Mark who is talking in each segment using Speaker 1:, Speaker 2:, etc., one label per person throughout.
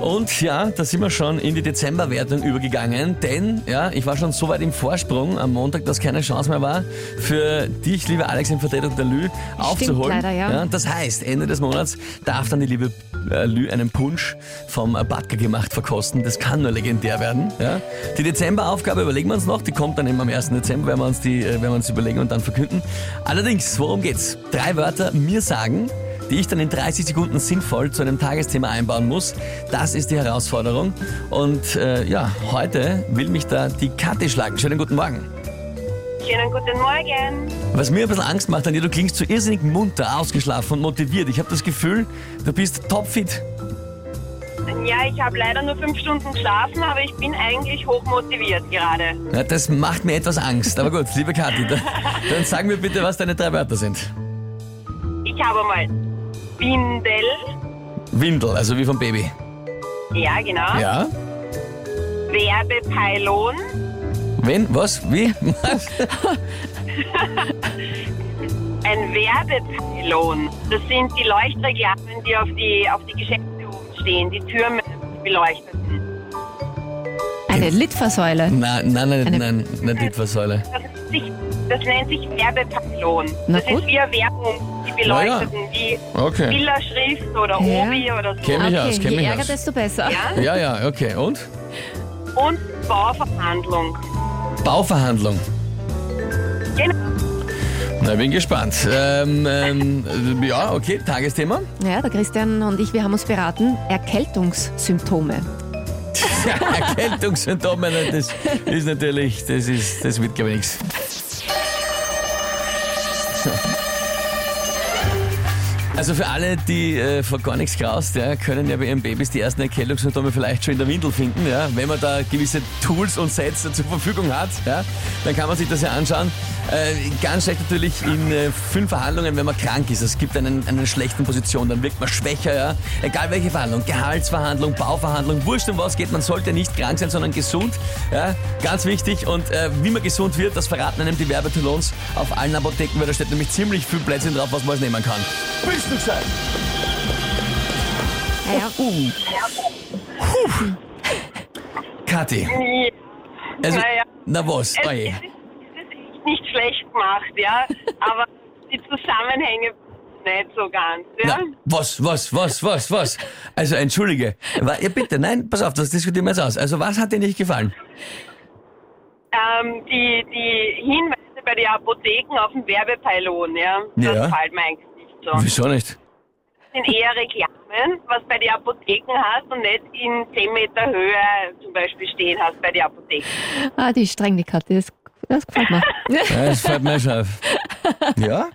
Speaker 1: Und ja, da sind wir schon in die Dezemberwertung übergegangen, denn ja, ich war schon so weit im Vorsprung am Montag, dass keine Chance mehr war, für dich, liebe Alex, in Vertretung der Lü, aufzuholen.
Speaker 2: leider, ja.
Speaker 1: Das heißt, Ende des Monats darf dann die liebe äh, Lü einen Punsch vom äh, Butker gemacht verkosten. Das kann nur legendär werden. Ja. Die Dezemberaufgabe überlegen wir uns noch, die kommt dann eben am 1. Dezember, werden wir uns die, äh, werden wir uns überlegen und dann verkünden. Allerdings, worum geht's? Drei Wörter mir sagen, die ich dann in 30 Sekunden sinnvoll zu einem Tagesthema einbauen muss. Das ist die Herausforderung. Und äh, ja, heute will mich da die Kathi schlagen. Schönen guten Morgen.
Speaker 3: Schönen guten Morgen.
Speaker 1: Was mir ein bisschen Angst macht an dir, du klingst so irrsinnig munter, ausgeschlafen und motiviert. Ich habe das Gefühl, du bist topfit.
Speaker 3: Ja, ich habe leider nur fünf Stunden geschlafen, aber ich bin eigentlich hochmotiviert gerade.
Speaker 1: Ja, das macht mir etwas Angst. Aber gut, liebe Kathi, dann, dann sag mir bitte, was deine drei Wörter sind.
Speaker 3: Ich habe mal Bindel.
Speaker 1: Windel, also wie vom Baby.
Speaker 3: Ja, genau.
Speaker 1: Ja?
Speaker 3: Werbepylon.
Speaker 1: Wen? Was? Wie? Was?
Speaker 3: Ein Werbepylon. Das sind die Leuchtreklamen, die auf die, auf die Geschäfte oben stehen, die Türme die beleuchteten.
Speaker 2: Eine Litfaßsäule.
Speaker 1: Nein, nein, nein,
Speaker 2: Eine-
Speaker 1: nein, nein, die Litfaßsäule.
Speaker 3: Das, ist sich, das nennt sich Werbepylon.
Speaker 2: Na
Speaker 3: das
Speaker 2: gut.
Speaker 3: ist wie eine Werbung, die beleuchteten, wie
Speaker 1: Okay.
Speaker 3: Bilderschrift oder
Speaker 2: Ja.
Speaker 3: Obi oder so.
Speaker 1: Kenn mich
Speaker 2: okay,
Speaker 1: aus, kenn
Speaker 2: je
Speaker 1: mich
Speaker 2: ärger,
Speaker 1: aus.
Speaker 2: desto besser.
Speaker 3: Ja?
Speaker 1: Ja, ja, okay. Und?
Speaker 3: Und Bauverhandlung.
Speaker 1: Bauverhandlung.
Speaker 3: Genau.
Speaker 1: Na, bin gespannt. Ähm, ähm, ja, okay, Tagesthema.
Speaker 2: Ja, der Christian und ich, wir haben uns beraten, Erkältungssymptome.
Speaker 1: Erkältungssymptome, ne, das ist natürlich, das ist, das wird glaube ich nichts. Also für alle, die äh, vor gar nichts graust, ja, können ja bei ihren Babys die ersten Erkältungssymptome vielleicht schon in der Windel finden. Ja. Wenn man da gewisse Tools und Sets zur Verfügung hat, ja, dann kann man sich das ja anschauen. Äh, ganz schlecht natürlich in äh, vielen Verhandlungen, wenn man krank ist. Es gibt einen, einen schlechten Position, dann wirkt man schwächer. Ja. Egal welche Verhandlung, Gehaltsverhandlung, Bauverhandlung, wurscht um was geht, man sollte nicht krank sein, sondern gesund. Ja. Ganz wichtig. Und äh, wie man gesund wird, das verraten einem die Werbetylons auf allen Apotheken, weil da steht nämlich ziemlich viel Plätzchen drauf, was man alles nehmen kann. Willst du sein?
Speaker 2: Naja,
Speaker 1: Uh. Puh. Kathi, also,
Speaker 3: Naja.
Speaker 1: na was,
Speaker 3: Es,
Speaker 1: oje.
Speaker 3: es, ist, es ist echt nicht schlecht gemacht, ja. Aber die Zusammenhänge nicht so ganz, ja.
Speaker 1: Na, was, was, was, was, was? Also, entschuldige. Wa- Ja, bitte, nein, pass auf, das diskutieren wir jetzt aus. Also, was hat dir nicht gefallen?
Speaker 3: Ähm, die, die Hinweise bei den Apotheken auf den Werbepylon, ja, das
Speaker 1: Ja.
Speaker 3: gefällt mir eigentlich nicht so. Das
Speaker 1: Wieso nicht?
Speaker 3: sind eher Reklamen, was bei den Apotheken hast und nicht in 10 Meter Höhe zum Beispiel stehen hast bei den Apotheken.
Speaker 2: ah, die ist streng, die Katze, das, das gefällt mir.
Speaker 1: Ja, das fällt mir schon auf. Ja?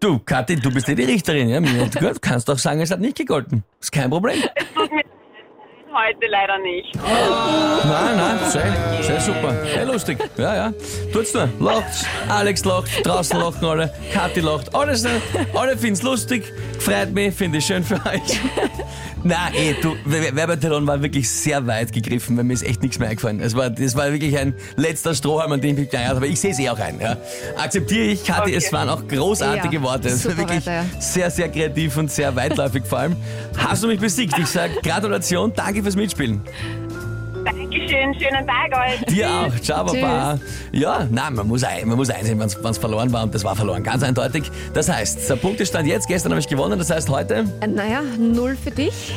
Speaker 1: Du, Kathi, du bist eh die Richterin, ja? Mir- Du kannst doch sagen, es hat nicht gegolten. Ist kein Problem.
Speaker 3: Tut mir leid, heute leider nicht.
Speaker 1: Nein, nein, sehr, sehr super. Sehr lustig. Ja, ja. Tut's nur. Lacht's. Alex lacht. Draußen lachen alle. Kathi lacht. Alles nur. Alle finden's lustig. Freut mich. Finde ich schön für euch. Na, eh, du, Werbetalon war wirklich sehr weit gegriffen, weil mir ist echt nichts mehr eingefallen. Es war, das war wirklich ein letzter Strohhalm, an den ich mich gegangen habe, aber ich sehe es eh auch ein. Ja. Akzeptiere ich, Kathi,
Speaker 3: Okay.
Speaker 1: es waren auch großartige
Speaker 2: Ja,
Speaker 1: Worte. Es war
Speaker 2: super
Speaker 1: wirklich
Speaker 2: Wörter, ja.
Speaker 1: sehr, sehr kreativ und sehr weitläufig vor allem. Hast du mich besiegt? Ich sage Gratulation, danke fürs Mitspielen.
Speaker 3: Dankeschön, schönen Tag euch.
Speaker 1: Dir auch. Ciao, Baba. Ja, nein, man muss, ein, man muss einsehen, wenn es verloren war. Und das war verloren, ganz eindeutig. Das heißt, der Punktestand jetzt, gestern habe ich gewonnen. Das heißt, heute,
Speaker 2: Äh, Naja, null für dich.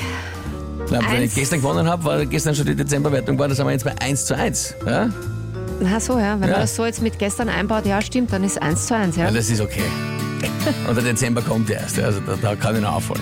Speaker 1: na, wenn ich
Speaker 2: Eins.
Speaker 1: gestern gewonnen habe, war gestern schon die Dezemberwertung war. Das haben wir jetzt bei 1 zu 1. Ja?
Speaker 2: Na so, ja, wenn
Speaker 1: Ja.
Speaker 2: man das so jetzt mit gestern einbaut, ja stimmt, dann ist eins zu eins, ja.
Speaker 1: ja, das ist okay. Und der Dezember kommt erst. ja, Also da, da kann ich noch aufholen.